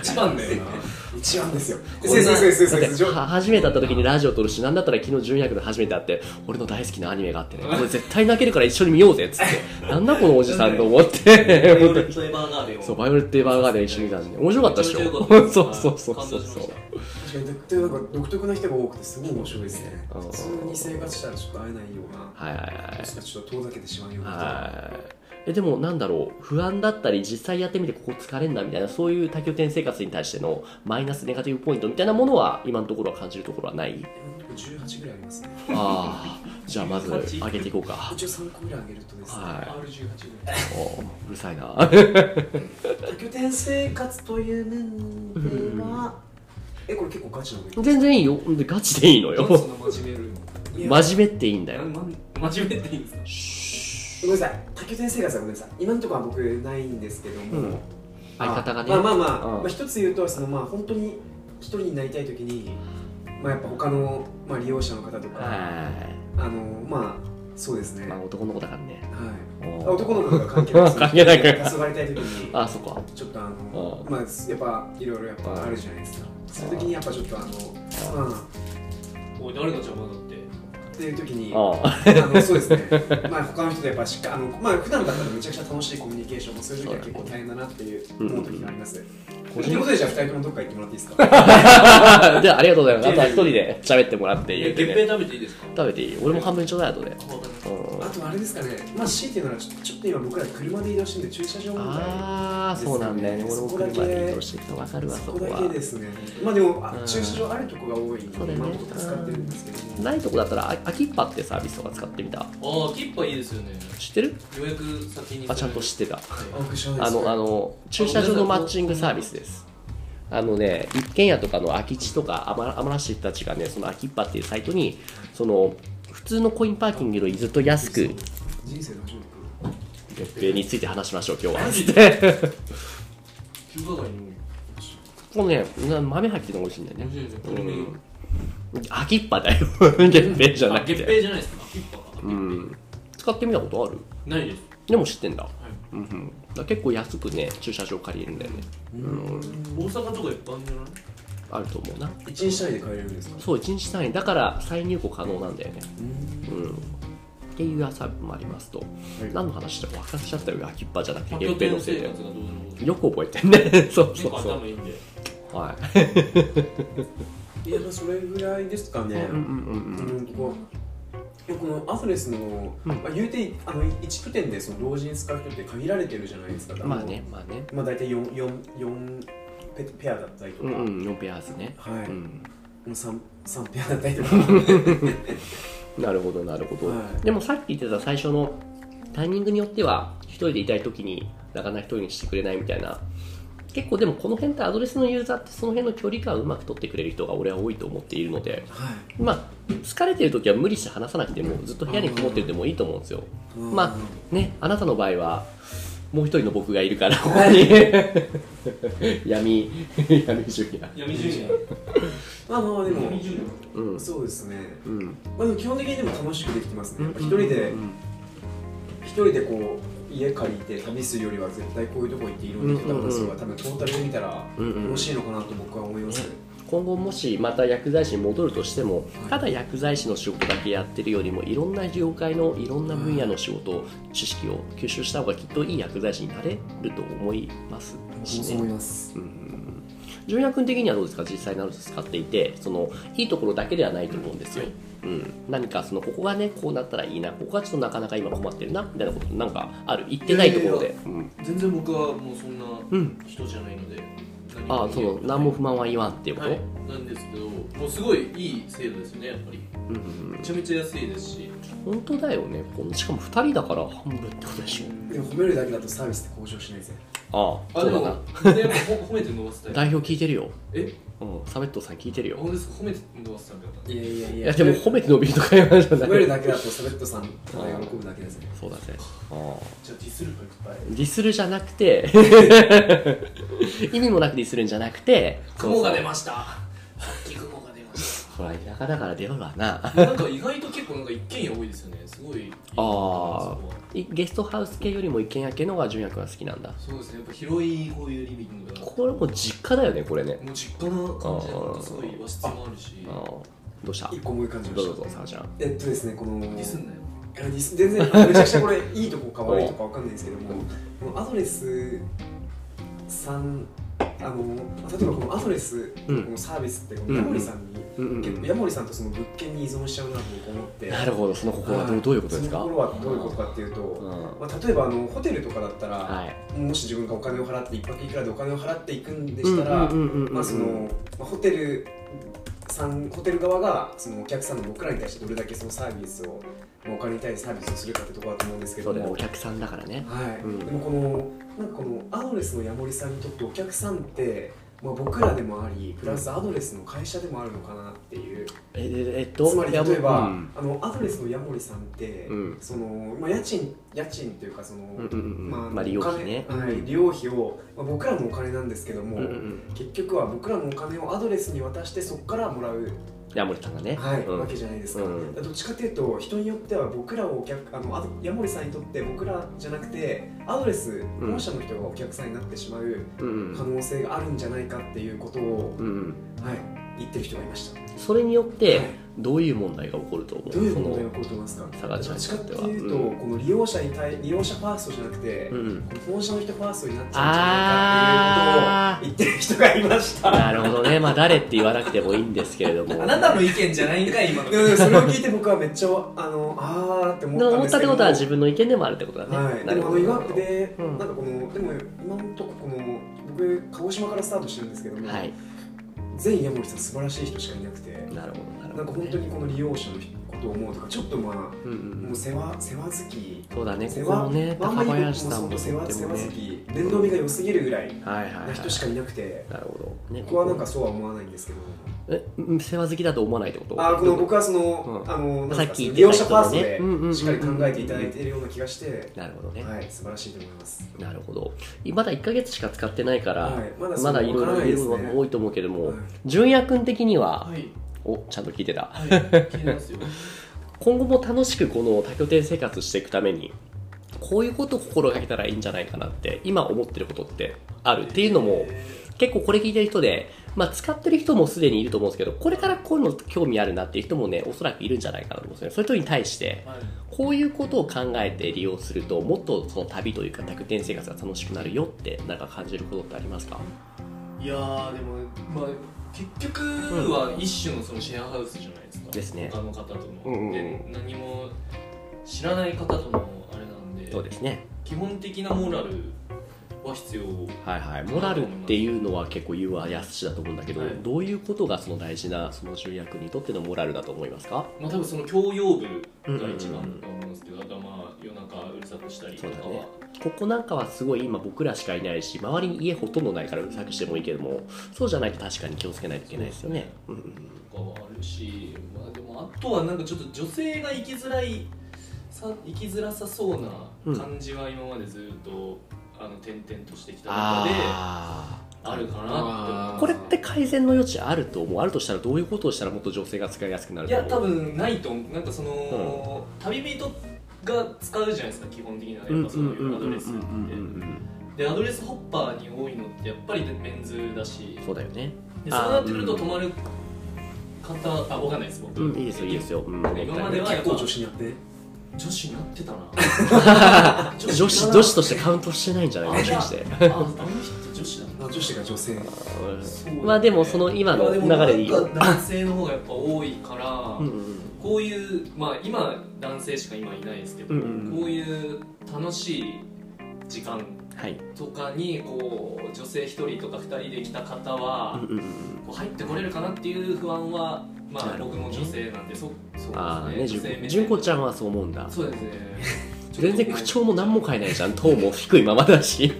Speaker 2: 一番だよな
Speaker 3: 一 番ですよ
Speaker 2: こんな
Speaker 3: 先生先生
Speaker 1: だ
Speaker 3: 先
Speaker 1: って
Speaker 3: 生じょ
Speaker 1: は初めて会った時にラジオ撮るし、なんだったら昨日純役で初めて会って、俺の大好きなアニメがあってね、これ絶対泣けるから一緒に見ようぜっつって、なんだこのおじさんと思って、
Speaker 2: バイオレットエヴァーガーデンを
Speaker 1: そう、バイオレット・エヴァーガーデン一緒に見たんで、面白かったでしょ
Speaker 2: めちゃめちゃ良かっ。た
Speaker 1: そうそうそう
Speaker 2: 感
Speaker 1: そ
Speaker 2: 動
Speaker 1: う
Speaker 2: し
Speaker 1: そ
Speaker 2: まし
Speaker 1: う
Speaker 2: た。
Speaker 3: 確かにでなんか独特な人が多くてすごい面白いですね
Speaker 1: うん
Speaker 3: 普通に生活したらちょっと会えないような
Speaker 1: はいはいはい
Speaker 3: もしかしたらちょっと遠ざけてしまうような人
Speaker 1: はい。え、でもなんだろう、不安だったり、実際やってみてここ疲れんなみたいな、そういう多拠点生活に対してのマイナスネガティブポイントみたいなものは、今のところは感じるところはない
Speaker 3: 18ぐらいありますね
Speaker 1: ああ、じゃあまず上げていこうか。
Speaker 3: 一応3個ぐらい上げるとですね、
Speaker 1: はい
Speaker 2: R18 ぐらい
Speaker 1: おーうるさいな。
Speaker 3: 多拠点生活という面ではえこれ結構ガチなの
Speaker 1: 全然いいよ。でガチでいいの
Speaker 2: どう
Speaker 1: よ。
Speaker 2: その真面目るの
Speaker 3: いや
Speaker 1: 真面目っていいんだよ。
Speaker 2: ま真面目っていいんですか
Speaker 1: シュー
Speaker 3: ごめんなさい多拠点生活はごめんなさい今のところは僕ないんですけども、
Speaker 1: うん相方がね。
Speaker 3: まあまあまあ、
Speaker 1: うん
Speaker 3: まあ、一つ言うとそのまあ本当に一人になりたい時にまあやっぱ他の、まあ、利用者の方とか、
Speaker 1: は
Speaker 3: あのまあそうですね、
Speaker 1: い。まあ
Speaker 3: はい
Speaker 1: 男の子だからね。おー
Speaker 3: 男の子とか関係な い
Speaker 1: 関係ないか
Speaker 3: 遊ばれたい時に
Speaker 1: あ、そっか。
Speaker 3: ちょっとあのまあやっぱいろいろやっぱあるじゃないですかそういう時にやっぱちょっとあのまあ
Speaker 2: おい誰の邪魔だって
Speaker 3: っていう時にあ
Speaker 1: ああ
Speaker 3: のそうですねまあ他の人とやっぱしっかあのまあ普段だったらめちゃくちゃ楽しいコミュニケーションもする時は結構大変だなっていう思う時がありますということでじゃあ2人ともどっか行ってもらっていいですか
Speaker 1: じゃあありが とうございますあとは一人で喋ってもらって言
Speaker 2: え
Speaker 1: って
Speaker 2: 月
Speaker 1: ね
Speaker 2: 餅食べていいですか
Speaker 1: 食べていい俺も半分ちょうだい後で
Speaker 2: あわかりまし
Speaker 1: うん
Speaker 3: あとあれですかねまあ C っていうのはちょっとちょっと今僕ら車で移動してるんで駐車場問題
Speaker 1: ああそうなんだよね俺も車で移動してきたわかるわそ
Speaker 3: そこ
Speaker 1: こ
Speaker 3: だ
Speaker 1: は
Speaker 3: けですねまあでもあ
Speaker 1: うん
Speaker 3: 駐車場あるとこが多いんで
Speaker 1: そうだよ
Speaker 3: 今
Speaker 1: ね
Speaker 3: のとこ使ってるんですけども
Speaker 1: ないとこだったらあ空きっぱってサービスとか使ってみた
Speaker 2: たああキッパいいですよね
Speaker 1: 知ってる
Speaker 2: 予約先に
Speaker 1: あちゃんと知ってた
Speaker 3: あ僕知らないで
Speaker 1: あ
Speaker 3: す
Speaker 1: のあの駐車場のマッチングサービスですあのね一軒家とかの空き地とか余余らしてる人たちがねその空きっぱっていうサイトにその普通のコインパーキングよりずっと安く
Speaker 3: 人生の初めて
Speaker 1: 月餅について話しましょう今日は
Speaker 2: マジ
Speaker 1: で
Speaker 2: 中華街にも
Speaker 1: このねな豆入ってるのが美味しいんだよ
Speaker 2: 面
Speaker 1: ね
Speaker 2: 白いですねこれもいい
Speaker 1: 空きっぱだよ 月餅じゃな
Speaker 2: あ
Speaker 1: く
Speaker 2: 月
Speaker 1: て
Speaker 2: 餅じゃないですかキッパか
Speaker 1: うん使ってみたことある
Speaker 2: ないです
Speaker 1: でも知ってんだ,、うんうん、だから結構安くね駐車場借りれるんだよね
Speaker 2: 大阪とかいっぱいあるんじゃない
Speaker 1: あると思うな
Speaker 3: 一日単位で帰れるんですか
Speaker 1: そう1日単位だから再入庫可能なんだよね
Speaker 3: うん
Speaker 1: うんっていうサービスもありますと、何の話だか忘れちゃったよ空きっぱじゃなくて
Speaker 2: まあ
Speaker 1: 月
Speaker 2: 拠
Speaker 1: 餅の
Speaker 2: 点
Speaker 1: せい
Speaker 2: 生
Speaker 1: で
Speaker 2: 活がどうのこう
Speaker 1: よく覚えてんね そうそ
Speaker 2: の結
Speaker 1: う
Speaker 2: 構
Speaker 1: そ
Speaker 2: 頭
Speaker 1: う
Speaker 2: いいんで
Speaker 1: はい
Speaker 3: やまあそれぐらいですかね
Speaker 1: いうんうんうんうん
Speaker 3: うんこうこのアフレスの、
Speaker 1: うん
Speaker 3: まあ、言うてあの1拠点でその同人使う人って限られてるじゃないですか
Speaker 1: まあねまあね
Speaker 3: まあ大体 4, 四四ペペアだったりと
Speaker 1: う
Speaker 3: か、
Speaker 1: んうん4ペアーズね
Speaker 3: はい、
Speaker 1: うん
Speaker 3: 三三ペアだったり とか
Speaker 1: なるほどなるほど、
Speaker 3: はい
Speaker 1: でもさっき言ってた最初のタイミングによっては一人でいたい時になかなか一人にしてくれないみたいな結構でもこの辺ってアドレスのユーザーってその辺の距離感をうまく取ってくれる人が俺は多いと思っているので
Speaker 3: はい、
Speaker 1: まあ疲れてる時は無理して話さなくてもずっと部屋にこもっててもいいと思うんですよ
Speaker 3: うん
Speaker 1: まあねあなたの場合はもう一人の僕がいる からここに闇闇ジュニア
Speaker 2: 闇ジュニ
Speaker 3: まあまあで
Speaker 2: ア
Speaker 3: も
Speaker 2: 闇ジュニ
Speaker 1: うん
Speaker 3: そうですね
Speaker 1: うん
Speaker 3: まあでも基本的にでも楽しくできてますねやっぱ一人で
Speaker 1: うん
Speaker 3: 一人でこう家借りて旅するよりは絶対こういうとこ行っていろいろ行ってた方がそれは多分トータルで見たら
Speaker 1: うんうん
Speaker 3: 楽しいのかなと僕は思います、
Speaker 1: ね今後もしまた薬剤師に戻るとしてもただ薬剤師の仕事だけやってるよりもいろんな業界のいろんな分野の仕事を知識を吸収した方がきっといい薬剤師になれると思いますし
Speaker 3: そう思い
Speaker 1: ね。
Speaker 3: ます
Speaker 1: うんジュニア君的にはどうですか実際になると使っていてそのいいところだけではないと思うんですよ、うん、何かそのここがねこうなったらいいなここがちょっとなかなか今困ってるなみたいなことなんかある言ってないところで、うん
Speaker 2: ア全然僕はもうそんな
Speaker 1: うん、
Speaker 2: 人じゃないので何も
Speaker 1: ああその何も不満は言わんっていうこと、
Speaker 2: はいなんですけどもうすごいいい制度ですよねやっぱり
Speaker 1: うんうんうん
Speaker 2: めちゃめちゃ安いですし
Speaker 1: 本当だよねこのしかも2人だから半分ってことでし
Speaker 3: でも褒めるだけだとサービスって向上しないぜ
Speaker 1: ょああ
Speaker 2: あ
Speaker 1: そ
Speaker 2: で
Speaker 1: うだ
Speaker 2: も
Speaker 1: な
Speaker 2: でもほ褒めて伸ばすタイプ
Speaker 1: 代表聞いてるよ、
Speaker 2: え
Speaker 1: うん、サベットさん聞いてるよ
Speaker 2: 本当ですか褒めて伸ばすタイプだったんで
Speaker 3: いやいやい
Speaker 1: い
Speaker 3: や
Speaker 1: やでも褒めて伸びるとか言わないじゃな
Speaker 3: 褒める
Speaker 1: い
Speaker 3: だけだとサベットさんただ喜ぶだけですね
Speaker 1: そうだねああ
Speaker 2: じゃあディスるかいっぱい
Speaker 1: ディスるじゃなく て意味もなくディスるんじゃなくて
Speaker 2: 雲が出
Speaker 1: す
Speaker 2: ましたさっき雲が出まし
Speaker 1: ほら田舎だから出るわな
Speaker 2: たなんか意外と結構なんか一軒家多いですよねすごいいいなと
Speaker 1: あ
Speaker 2: 思います
Speaker 1: いゲストハウス系よりも一軒家系の方が純也君は好きなんだ
Speaker 2: そこはそうですねやっぱ広いこういうリビングがも
Speaker 1: これもう実家だよねこれね
Speaker 2: う実家な感じでなんかすごい和室もあるし
Speaker 1: ああどうした
Speaker 3: 一個思い浮かんじゃい
Speaker 1: ど
Speaker 3: ま
Speaker 1: うぞ
Speaker 3: し
Speaker 1: ど
Speaker 3: た
Speaker 1: うぞさあちゃん
Speaker 3: えっとですねこの
Speaker 2: ディスんなよ
Speaker 3: いやディス全然あめちゃくちゃこれいいとこか悪いとこかわかんないですけどもこのアドレスさんあの例えばこのアドレスこ
Speaker 1: うん
Speaker 3: のサービスってこ
Speaker 1: うん
Speaker 3: のヤモリさん
Speaker 1: うん
Speaker 3: に、
Speaker 1: うん
Speaker 3: 結構ヤモリさんとその物件に依存しちゃうなと僕思って
Speaker 1: なるほどその心は
Speaker 3: は
Speaker 1: どうどういうことですか
Speaker 3: その心はどういうことかっていうと、
Speaker 1: うん
Speaker 3: まあ、例えばあのホテルとかだったら、
Speaker 1: はい
Speaker 3: もし自分がお金を払って一泊いくらでお金を払っていくんでしたら、
Speaker 1: うんうんうんうんうん
Speaker 3: まあそのまあホテルさんホテル側がそのお客さんの僕らに対してどれだけそのサービスを、まあ、お金に対してサービスをするかってところだと思うんですけ
Speaker 1: そ
Speaker 3: ど
Speaker 1: うだよね
Speaker 3: も、
Speaker 1: お客さんだからね
Speaker 3: はい
Speaker 1: うん
Speaker 3: でもこのなんかこのアドレスのヤモリさんにとってお客さんって、まあ、僕らでもありプラスアドレスの会社でもあるのかなっていう。
Speaker 1: えええっと
Speaker 3: つまり
Speaker 1: やぶ
Speaker 3: 例えば、
Speaker 1: うん
Speaker 3: あのアドレスのヤモリさんって、
Speaker 1: うん
Speaker 3: そのまあ、家賃家賃というかその、
Speaker 1: うんうんうん
Speaker 3: まあ
Speaker 1: まあ利用費ね
Speaker 3: お金はい、利用費を、まあ、僕らのお金なんですけども、
Speaker 1: うんうんうん
Speaker 3: 結局は僕らのお金をアドレスに渡してそこからもらう、
Speaker 1: ヤモリさんがね
Speaker 3: はい
Speaker 1: うん
Speaker 3: わけじゃないですか,、
Speaker 1: うん
Speaker 3: どっちかというと人によっては僕らをお客あのあとヤモリさんにとって僕らじゃなくてアドレス
Speaker 1: うん
Speaker 3: 本社の人がお客さんになってしまう
Speaker 1: うんうん
Speaker 3: 可能性があるんじゃないかっていうことを、
Speaker 1: うんうん
Speaker 3: はい、言ってる人がいました。
Speaker 1: それによって
Speaker 3: はい
Speaker 1: どういう問題が起こると思う
Speaker 3: どういう問題
Speaker 1: そ
Speaker 3: が
Speaker 1: の
Speaker 3: 起こると思いますか
Speaker 1: 佐賀ちゃんにとっては
Speaker 3: どっちかっていうと、この利用者に対利用者ファーストじゃなくて、
Speaker 1: うん
Speaker 3: この本社の人ファーストになっちゃうんじゃないかっていうことを言ってる人がいました。
Speaker 1: なるほどねまあ誰って言わなくてもいいんですけれども
Speaker 2: あなたの意見じゃないんかい今の
Speaker 3: で もそれを聞いて僕はめっちゃあのあーって思ったん
Speaker 1: 思
Speaker 3: で
Speaker 1: っ
Speaker 3: す
Speaker 1: たって
Speaker 3: けど
Speaker 1: ことは自分の意見でもあるってことだね、
Speaker 3: はい、
Speaker 1: な
Speaker 3: で
Speaker 1: る
Speaker 3: もあ
Speaker 1: ほ
Speaker 3: の
Speaker 1: ど
Speaker 3: いわくで、
Speaker 1: うん
Speaker 3: なんかこのでも今のとここの僕鹿児島からスタートしてるんですけども、
Speaker 1: はい
Speaker 3: 全山森さん素晴らしい人しかいなくて
Speaker 1: なるほどなるほど、ね、
Speaker 3: なんか本当にこの利用者のことを思うとかちょっとま
Speaker 1: うん
Speaker 3: あ
Speaker 1: うん
Speaker 3: もう世話世話好き
Speaker 1: そうだね、こ
Speaker 3: 世
Speaker 1: こも
Speaker 3: 話、
Speaker 1: ね、
Speaker 3: あ
Speaker 1: 高
Speaker 3: んまり僕も
Speaker 1: 林さ
Speaker 3: そ
Speaker 1: ん
Speaker 3: の
Speaker 1: も
Speaker 3: 世
Speaker 1: とっ
Speaker 3: 話
Speaker 1: て
Speaker 3: 世
Speaker 1: も
Speaker 3: 話
Speaker 1: ね
Speaker 3: 好、き面倒見が良すぎるぐらい
Speaker 1: はいはい、は、
Speaker 3: ない人しかいなくて
Speaker 1: なるほど、ね、
Speaker 3: 僕はなんかそうは思わないんですけど
Speaker 1: え、うん世話好きだと思わないってこと
Speaker 3: あーこの
Speaker 1: どう
Speaker 3: 僕はその、
Speaker 1: うん
Speaker 3: あのなん
Speaker 1: さ
Speaker 3: か
Speaker 1: っき言ってた
Speaker 3: 利用者ファースト
Speaker 1: 人もねうんうんうんうん
Speaker 3: でしっかり考えていただいているような気がして、
Speaker 1: なるほどね、
Speaker 3: はい素晴らしいと思います
Speaker 1: なるほど、まだ1ヶ月しか使ってないから、
Speaker 3: はいまだそ
Speaker 1: ま
Speaker 3: う
Speaker 1: だいろい
Speaker 3: わから
Speaker 1: ろ
Speaker 3: ない
Speaker 1: い
Speaker 3: ですね
Speaker 1: ろ多いと思うけども、
Speaker 3: はい
Speaker 1: 純也君的には、
Speaker 2: はい
Speaker 1: おちゃんと聞いてた、
Speaker 2: はい聞いてますよ
Speaker 1: 今後も楽しくこの多拠点生活していくために、こういうことを心がけたらいいんじゃないかなって、今思ってることってあるっていうのも、結構これ聞いてる人で、まあ、使ってる人もすでにいると思うんですけど、これからこういうの興味あるなっていう人もね、おそらくいるんじゃないかなと思うんですよね。そういう人に対して、
Speaker 2: はい
Speaker 1: こういうことを考えて利用すると、もっとその旅というか、宅点生活が楽しくなるよって、なんか感じることってありますか
Speaker 2: いやーでも、まあ、結局は一種のそのシェアハウスじゃないですか、
Speaker 1: ですね
Speaker 2: 他の方との、
Speaker 1: うんうんうん
Speaker 2: で何も知らない方とのあれなんで
Speaker 1: そうですね。
Speaker 2: 基本的なモラルは必要
Speaker 1: はいはい。モラルっていうのは結構言うはやすしだと思うんだけど、
Speaker 2: はい
Speaker 1: どういうことがその大事な、その純役にとってのモラルだと思いますか
Speaker 2: まあ多分その教養部が一
Speaker 1: うんうんう
Speaker 2: 番
Speaker 1: ん
Speaker 2: だと思うんですけど、あとはまあ夜中うるさくしたりと
Speaker 1: そう
Speaker 2: か
Speaker 1: だ
Speaker 2: は、
Speaker 1: ねここなんかはすごい今僕らしかいないし周りに家ほとんどないからうるさくしてもいいけどもそうじゃないと確かに気をつけないといけないですよねうんうん
Speaker 2: とかはあるし、まあ、でもあとはなんかちょっと女性が生きづらいさ生きづらさそうな感じは今までずっと、あの転々としてきた中で。
Speaker 1: あ
Speaker 2: あるかなって
Speaker 1: あ
Speaker 2: 思
Speaker 1: これって改善の余地あると思うあるとしたらどういうことをしたらもっと女性が使いやすくな
Speaker 2: う
Speaker 1: る
Speaker 2: い
Speaker 1: と思
Speaker 2: や
Speaker 1: う
Speaker 2: 多分ないと思うなんかその、旅人が使うじゃないですか基本的にはやっぱそういうアドレスってでアドレスホッパーに多いのってやっぱりメンズだし
Speaker 1: そうだよね
Speaker 2: で
Speaker 1: あー
Speaker 2: そうなってくると
Speaker 1: うん
Speaker 2: 泊まる方あわかんないです僕、
Speaker 1: うんいいですよいいですよ、うん、
Speaker 2: 今まではやっ
Speaker 3: 結
Speaker 2: ぱ
Speaker 3: 構女子にやって
Speaker 2: 女子になってたな
Speaker 1: 女子女子としてカウントしてないんじゃないもしかして
Speaker 2: ああの人女子だな
Speaker 3: あ女子が女性
Speaker 2: そうだね
Speaker 1: まあでもその今の流れでいい
Speaker 2: や
Speaker 1: よ
Speaker 2: もなんか男性の方がやっぱ多いから、
Speaker 1: うんうん
Speaker 2: こういうまあ今男性しか今いないですけど、
Speaker 1: うんうんうん
Speaker 2: こういう楽しい時間
Speaker 1: はい
Speaker 2: とかにこう女性一人とか二人で来た方
Speaker 1: うん
Speaker 2: は、
Speaker 1: うんうん
Speaker 2: こう入ってこれるかなっていう不安はま
Speaker 1: な
Speaker 2: あ
Speaker 1: るほど
Speaker 2: 僕
Speaker 1: ね
Speaker 2: も女性なんでそ
Speaker 1: あ
Speaker 2: そう
Speaker 1: あね
Speaker 2: ですね女性目線
Speaker 1: 純子ちゃんはそう思うんだ
Speaker 2: そうですね
Speaker 1: 全然口調も何も変えないじゃんトーンも低いままだ し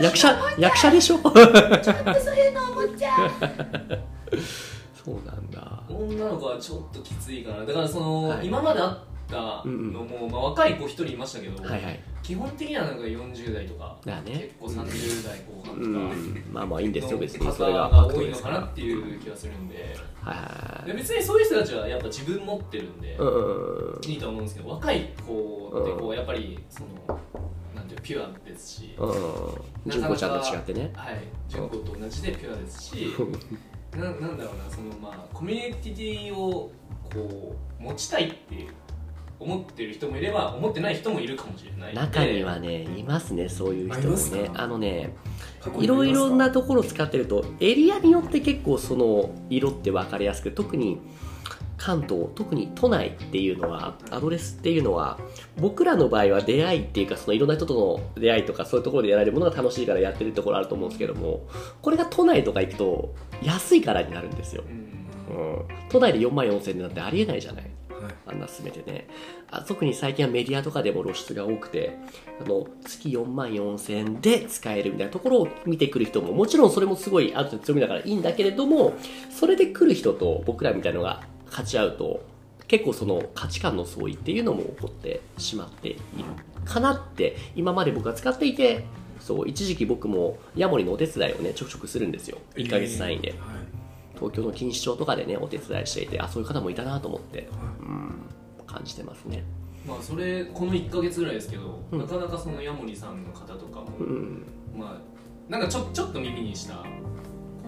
Speaker 1: 役者役者でしょ
Speaker 4: そういうの思っちゃう。
Speaker 1: そうなんだ
Speaker 2: 女の子はちょっときついからだからその、
Speaker 1: はい
Speaker 2: 今まであったのも、まあ、若い子一人いましたけど、
Speaker 1: はいはい
Speaker 2: 基本的にはなんか40代とか、
Speaker 1: だね
Speaker 2: 結構30代後半と
Speaker 1: う
Speaker 2: か、
Speaker 1: んまあまあいいんですよ別に
Speaker 2: の
Speaker 1: それが
Speaker 2: 方
Speaker 1: ファ
Speaker 2: が
Speaker 1: クト
Speaker 2: 多い
Speaker 1: で
Speaker 2: の
Speaker 1: すか
Speaker 2: からな
Speaker 1: は
Speaker 2: っていう気がするんで
Speaker 1: いはい
Speaker 2: で
Speaker 1: はい
Speaker 2: 別にそういう人たちはやっぱ自分持ってるんで、
Speaker 1: うんうんうん
Speaker 2: いいと思うんですけど若い子ってこうやっぱりそのなんていうピュアですし、
Speaker 1: うんうん純子ちゃんと違ってね
Speaker 2: はい純子と同じでピュアですしななんだろうなそのまあコミュニティをこう持ちたいって思ってる人もいれば思ってない人もいるかもしれないんで
Speaker 1: 中にはねいますねそういう人も
Speaker 3: あい
Speaker 1: ね
Speaker 3: ますか
Speaker 1: あのね
Speaker 3: 過去
Speaker 1: い
Speaker 3: にも
Speaker 1: ろい
Speaker 3: ますか
Speaker 1: ろなところを使ってるとエリアによって結構その色って分かりやすく特に関東特に都内っていうのはアドレスっていうのは僕らの場合は出会いっていうかそのいろんな人との出会いとかそういうところでやられるものが楽しいからやってるところあると思うんですけどもこれが都内とか行くと安いからになるんですよ
Speaker 2: う、ん
Speaker 1: うん、都内で4万4000円なんてありえないじゃない
Speaker 3: はい
Speaker 1: あんな進めてねあ特に最近はメディアとかでも露出が多くてあの月4万4000円で使えるみたいなところを見てくる人ももちろんそれもすごいあと強みだからいいんだけれどもそれで来る人と僕らみたいのが勝ち合うと結構その価値観の相違っていうのも起こってしまっているかなって今まで僕は使っていてそう一時期僕もヤモリのお手伝いをねちょくちょくするんですよ1ヶ月単位で
Speaker 3: は
Speaker 1: 東京の錦糸町とかでねお手伝いしていてあそういう方もいたなと思ってうん感じてますね
Speaker 2: まあそれこの1か月ぐらいですけど、
Speaker 1: うん
Speaker 2: なかなかそのヤモリさんの方とかも、
Speaker 1: うん
Speaker 2: まあなんかちょちょっと耳にしたこ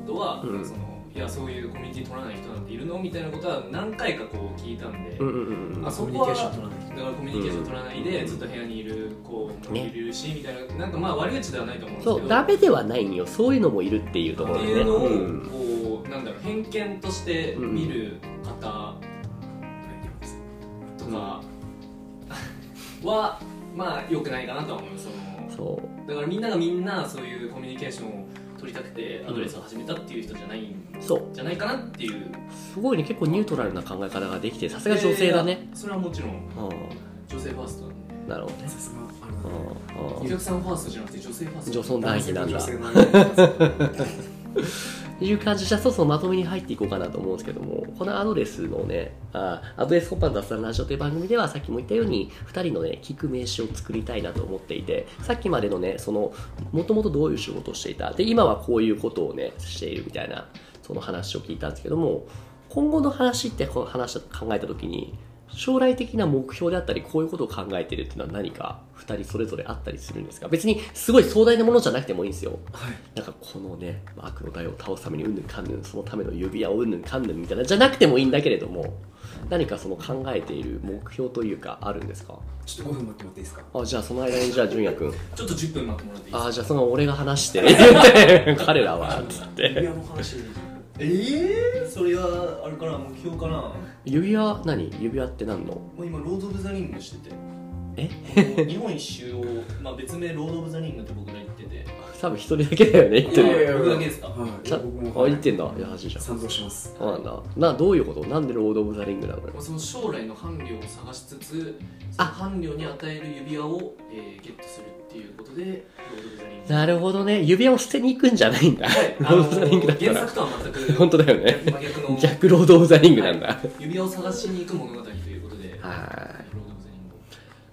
Speaker 2: とは、
Speaker 1: うん
Speaker 2: そのいやそういうコミュニティ取らない人なんているのみたいなことは何回かこう聞いたんで、
Speaker 1: うんうんうんうん
Speaker 2: あ
Speaker 3: あ
Speaker 2: そ
Speaker 3: そ
Speaker 2: こ
Speaker 3: こ
Speaker 2: は
Speaker 3: はコミュニケ
Speaker 2: だ
Speaker 3: ーション取らない
Speaker 2: からコミュニケーション取らないで、ずっと部屋にいる子もいるし、みたいななんかまあ悪口ではないと思うんです
Speaker 1: そ
Speaker 2: け
Speaker 1: う
Speaker 2: ど
Speaker 1: ダメではないんよそういうのもいるっていうところ
Speaker 2: っ
Speaker 1: で
Speaker 2: て
Speaker 1: ね
Speaker 2: いうのを、
Speaker 1: うん
Speaker 2: こうなんだろう偏見として見る方とかは、まあ良くないかなとは思いますその
Speaker 1: そう
Speaker 2: だからみんながみんなそういうコミュニケーションを取りたくてアドレスを始めたっていう人じゃないん
Speaker 1: そう
Speaker 2: じゃないかなっていう
Speaker 1: すごいね結構ニュートラルな考え方ができてさすが女性だ
Speaker 2: いや
Speaker 1: ね
Speaker 2: いやそれはもちろん
Speaker 1: う
Speaker 2: 女性ファーストなんで
Speaker 1: んなるほどね
Speaker 3: さすがあの
Speaker 1: うん
Speaker 2: お客さんファーストじゃなくて女性ファース
Speaker 1: うん
Speaker 2: ト
Speaker 1: 女尊大事なんだっ
Speaker 3: 男性と女性の間に
Speaker 1: ていう感じじゃあそろそろまとめに入っていこうかなと思うんですけどもこのアドレスのねあアドレスコパン雑談ラジオという番組ではさっきも言ったように2人のね聞く名刺を作りたいなと思っていてさっきまでのねそのもともとどういう仕事をしていたで今はこういうことをねしているみたいなその話を聞いたんですけども今後の話ってこの話を考えた時に将来的な目標であったりこういうことを考えてるっていうのは何か2人それぞれあったりするんですか別にすごい壮大なものじゃなくてもいいんですよ
Speaker 3: はい
Speaker 1: なんかこのね悪の台を倒すためにうんぬんかんぬんそのための指輪をうんぬんかんぬんみたいなじゃなくてもいいんだけれども何かその考えている目標というかあるんですか
Speaker 3: ちょっと5分待ってもらっていいですか
Speaker 1: あじゃあその間にじゃあ純也君
Speaker 2: ちょっと10分待ってもらっていいですか
Speaker 1: あじゃあその俺が話してね言って 彼らはつって
Speaker 3: 指輪の話
Speaker 2: ええそれはあれかな目標かなも
Speaker 1: 指輪何指輪って何の
Speaker 2: う今ロード・オブ・ザ・リングしてて
Speaker 1: え
Speaker 2: この日本一周を、まあ、別名ロード・オブ・ザ・リングって僕が言ってて
Speaker 1: 多分一人だけだよね言って
Speaker 2: いやい
Speaker 1: る
Speaker 2: や僕だけですか
Speaker 3: はいいや
Speaker 1: の
Speaker 3: 僕
Speaker 1: あ
Speaker 3: も
Speaker 1: 言ってんだ優しいじゃん
Speaker 3: 賛同します
Speaker 1: そうなんだなどういうことなんでロード・オブ・ザ・リングなのよ
Speaker 2: まあその将来の伴侶を探しつつそ
Speaker 1: あ
Speaker 2: の伴侶に与える指輪を、えーゲットするっていうことでロード・オブ・ザ・リング
Speaker 1: なるほどね指輪を捨てに行くんじゃないんだ
Speaker 2: はい、
Speaker 1: ロ
Speaker 2: あ
Speaker 1: ード・
Speaker 2: の
Speaker 1: オブ・ザ・リングだった
Speaker 2: 原
Speaker 1: ら
Speaker 2: 作とは全く
Speaker 1: 本当だよね
Speaker 2: 真逆の
Speaker 1: 逆ロード・オブ・ザ・リングなんだ、
Speaker 2: 指輪を探しに行く物語ということで、
Speaker 1: はい
Speaker 2: ロード・オブ・ザ・リング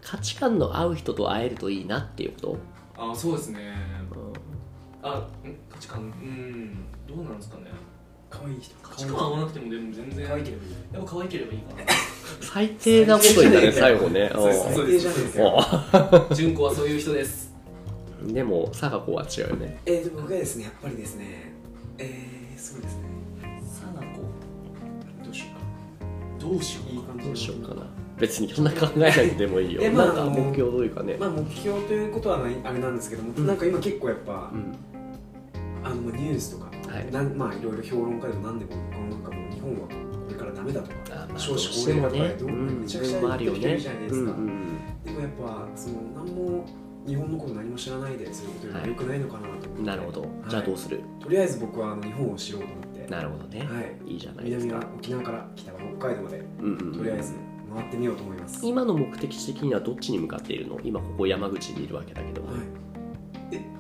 Speaker 1: 価値観の合う人と会えるといいなっていうこ
Speaker 2: あそうですね
Speaker 1: と、
Speaker 2: あん価値観うんどうなんですかね
Speaker 3: 可愛い人
Speaker 2: 価値観合わなくてもでも全然
Speaker 3: 可愛いけどいい
Speaker 2: やっぱ可愛ければいいか
Speaker 1: 最低なこと言ったね最後ね
Speaker 3: そうです
Speaker 2: そう
Speaker 3: 最
Speaker 2: で
Speaker 3: 低
Speaker 2: す
Speaker 3: じゃないです
Speaker 1: うん
Speaker 3: か
Speaker 2: な純子はそういう人です
Speaker 1: うんでも佐賀子は違うよね
Speaker 3: えー、でも僕はですねやっぱりですねえー、そうですね
Speaker 2: さなこ
Speaker 3: どうしよ
Speaker 2: どうしよ
Speaker 3: うかいい感じ
Speaker 1: どうしようかな別にそんな考えなくてもいいよ
Speaker 3: えまあ
Speaker 1: なんか目標どういうかね、
Speaker 3: まあ目標ということはないあれなんですけども、
Speaker 1: うん
Speaker 3: なんか今結構やっぱ、
Speaker 1: うん
Speaker 3: あのニュースとか、
Speaker 1: はい
Speaker 3: なんまあいろいろ評論家でも何でもこのなんかもう日本はこれからダメだとか
Speaker 1: あまあ
Speaker 3: 少子高齢化とかね
Speaker 1: どうしてもね
Speaker 3: めちゃくちゃ
Speaker 1: うんあるよ
Speaker 3: 出て
Speaker 1: ね
Speaker 3: るじゃないですか
Speaker 1: うんうん
Speaker 3: でもやっぱその何も日本のこと何も知らないでそういうことよ
Speaker 1: はい
Speaker 3: り良くないのかなと思っ
Speaker 1: う
Speaker 3: て
Speaker 1: んなるほどじゃあどうする、
Speaker 3: とりあえず僕はあの日本をしようと思って
Speaker 1: なるほどね、
Speaker 3: はい
Speaker 1: い、いじゃないです
Speaker 3: 南は
Speaker 1: か、
Speaker 3: 沖縄から北は北海道まで
Speaker 1: うんうんうん
Speaker 3: とりあえず回ってみようと思います、
Speaker 1: 今の目的地的にはどっちに向かっているの今ここ山口にいるわけだけど、
Speaker 3: はい
Speaker 2: うん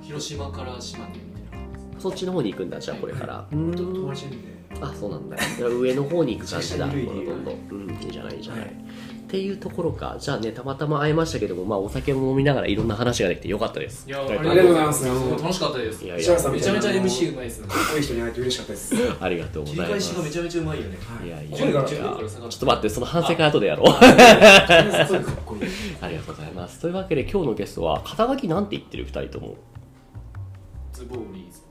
Speaker 2: 広島から島根みたいな感じです
Speaker 1: そっちの方に行くんだじゃあこれから、う
Speaker 3: ちょっと
Speaker 1: ん
Speaker 3: 友達いるんで
Speaker 1: あそうなんだじゃあ上の方に行く感じだど
Speaker 3: 自
Speaker 1: ん
Speaker 3: 転
Speaker 1: ど
Speaker 3: 車
Speaker 1: ん
Speaker 3: に
Speaker 1: ど
Speaker 3: 類
Speaker 1: ん
Speaker 3: 似
Speaker 1: どんうんいいじゃないいいじゃない、
Speaker 3: はい
Speaker 1: っていうところかじゃあねたまたま会いましたけどもまあお酒も飲みながらいろんな話ができてよかったです
Speaker 2: いやあ
Speaker 1: り
Speaker 2: り
Speaker 1: がと
Speaker 2: がと
Speaker 1: う
Speaker 2: う
Speaker 1: ござい
Speaker 2: ござい
Speaker 1: ま
Speaker 2: ますす楽しかったです
Speaker 1: い
Speaker 2: め
Speaker 1: やい
Speaker 3: 石原
Speaker 1: や
Speaker 3: さん
Speaker 2: ちゃめちゃ
Speaker 3: あの
Speaker 2: MC うまいですね
Speaker 3: こういう人に会えて嬉しかったです。は
Speaker 1: ありがとうご
Speaker 2: 切
Speaker 1: ざいま
Speaker 2: り返
Speaker 1: す
Speaker 2: しがめちゃめちゃうまいよね
Speaker 1: いやいや
Speaker 2: 順位から
Speaker 1: ち
Speaker 2: 順位
Speaker 1: ょ
Speaker 2: から下がっ
Speaker 1: っと待ってその反省会後でやろう
Speaker 3: い。すごいかっこいい。
Speaker 1: ありがとうございますというわけで今日のゲストは肩書きなんて言ってる2人とも
Speaker 2: ズボーリーズ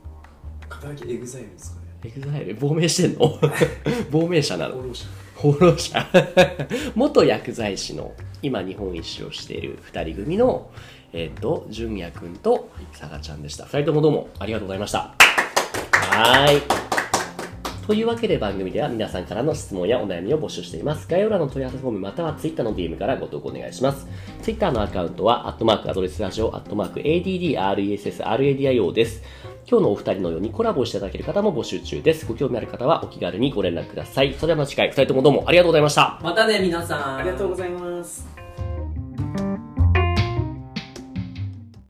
Speaker 3: 肩書きエグザイルですかね。
Speaker 1: エグザイル亡命してんの 亡命者なの
Speaker 3: 功労者。
Speaker 1: 放浪者 元薬剤師の今日本一周をしている2人組のえっ、と純也くんとさがちゃんでした2人ともどうもありがとうございましたはーいというわけで番組では皆さんからの質問やお悩みを募集しています。概要欄の問い合わせフォームまたは Twitter の DM からご投稿お願いします。Twitter のアカウントは、アットマークアドレスラジオ、アットマーク ADDRESSRADIO です。今日のお二人のようにコラボしていただける方も募集中です。ご興味ある方はお気軽にご連絡ください。それではまた次回、二人ともどうもありがとうございました。
Speaker 2: またね皆さん
Speaker 3: ありがとうございます。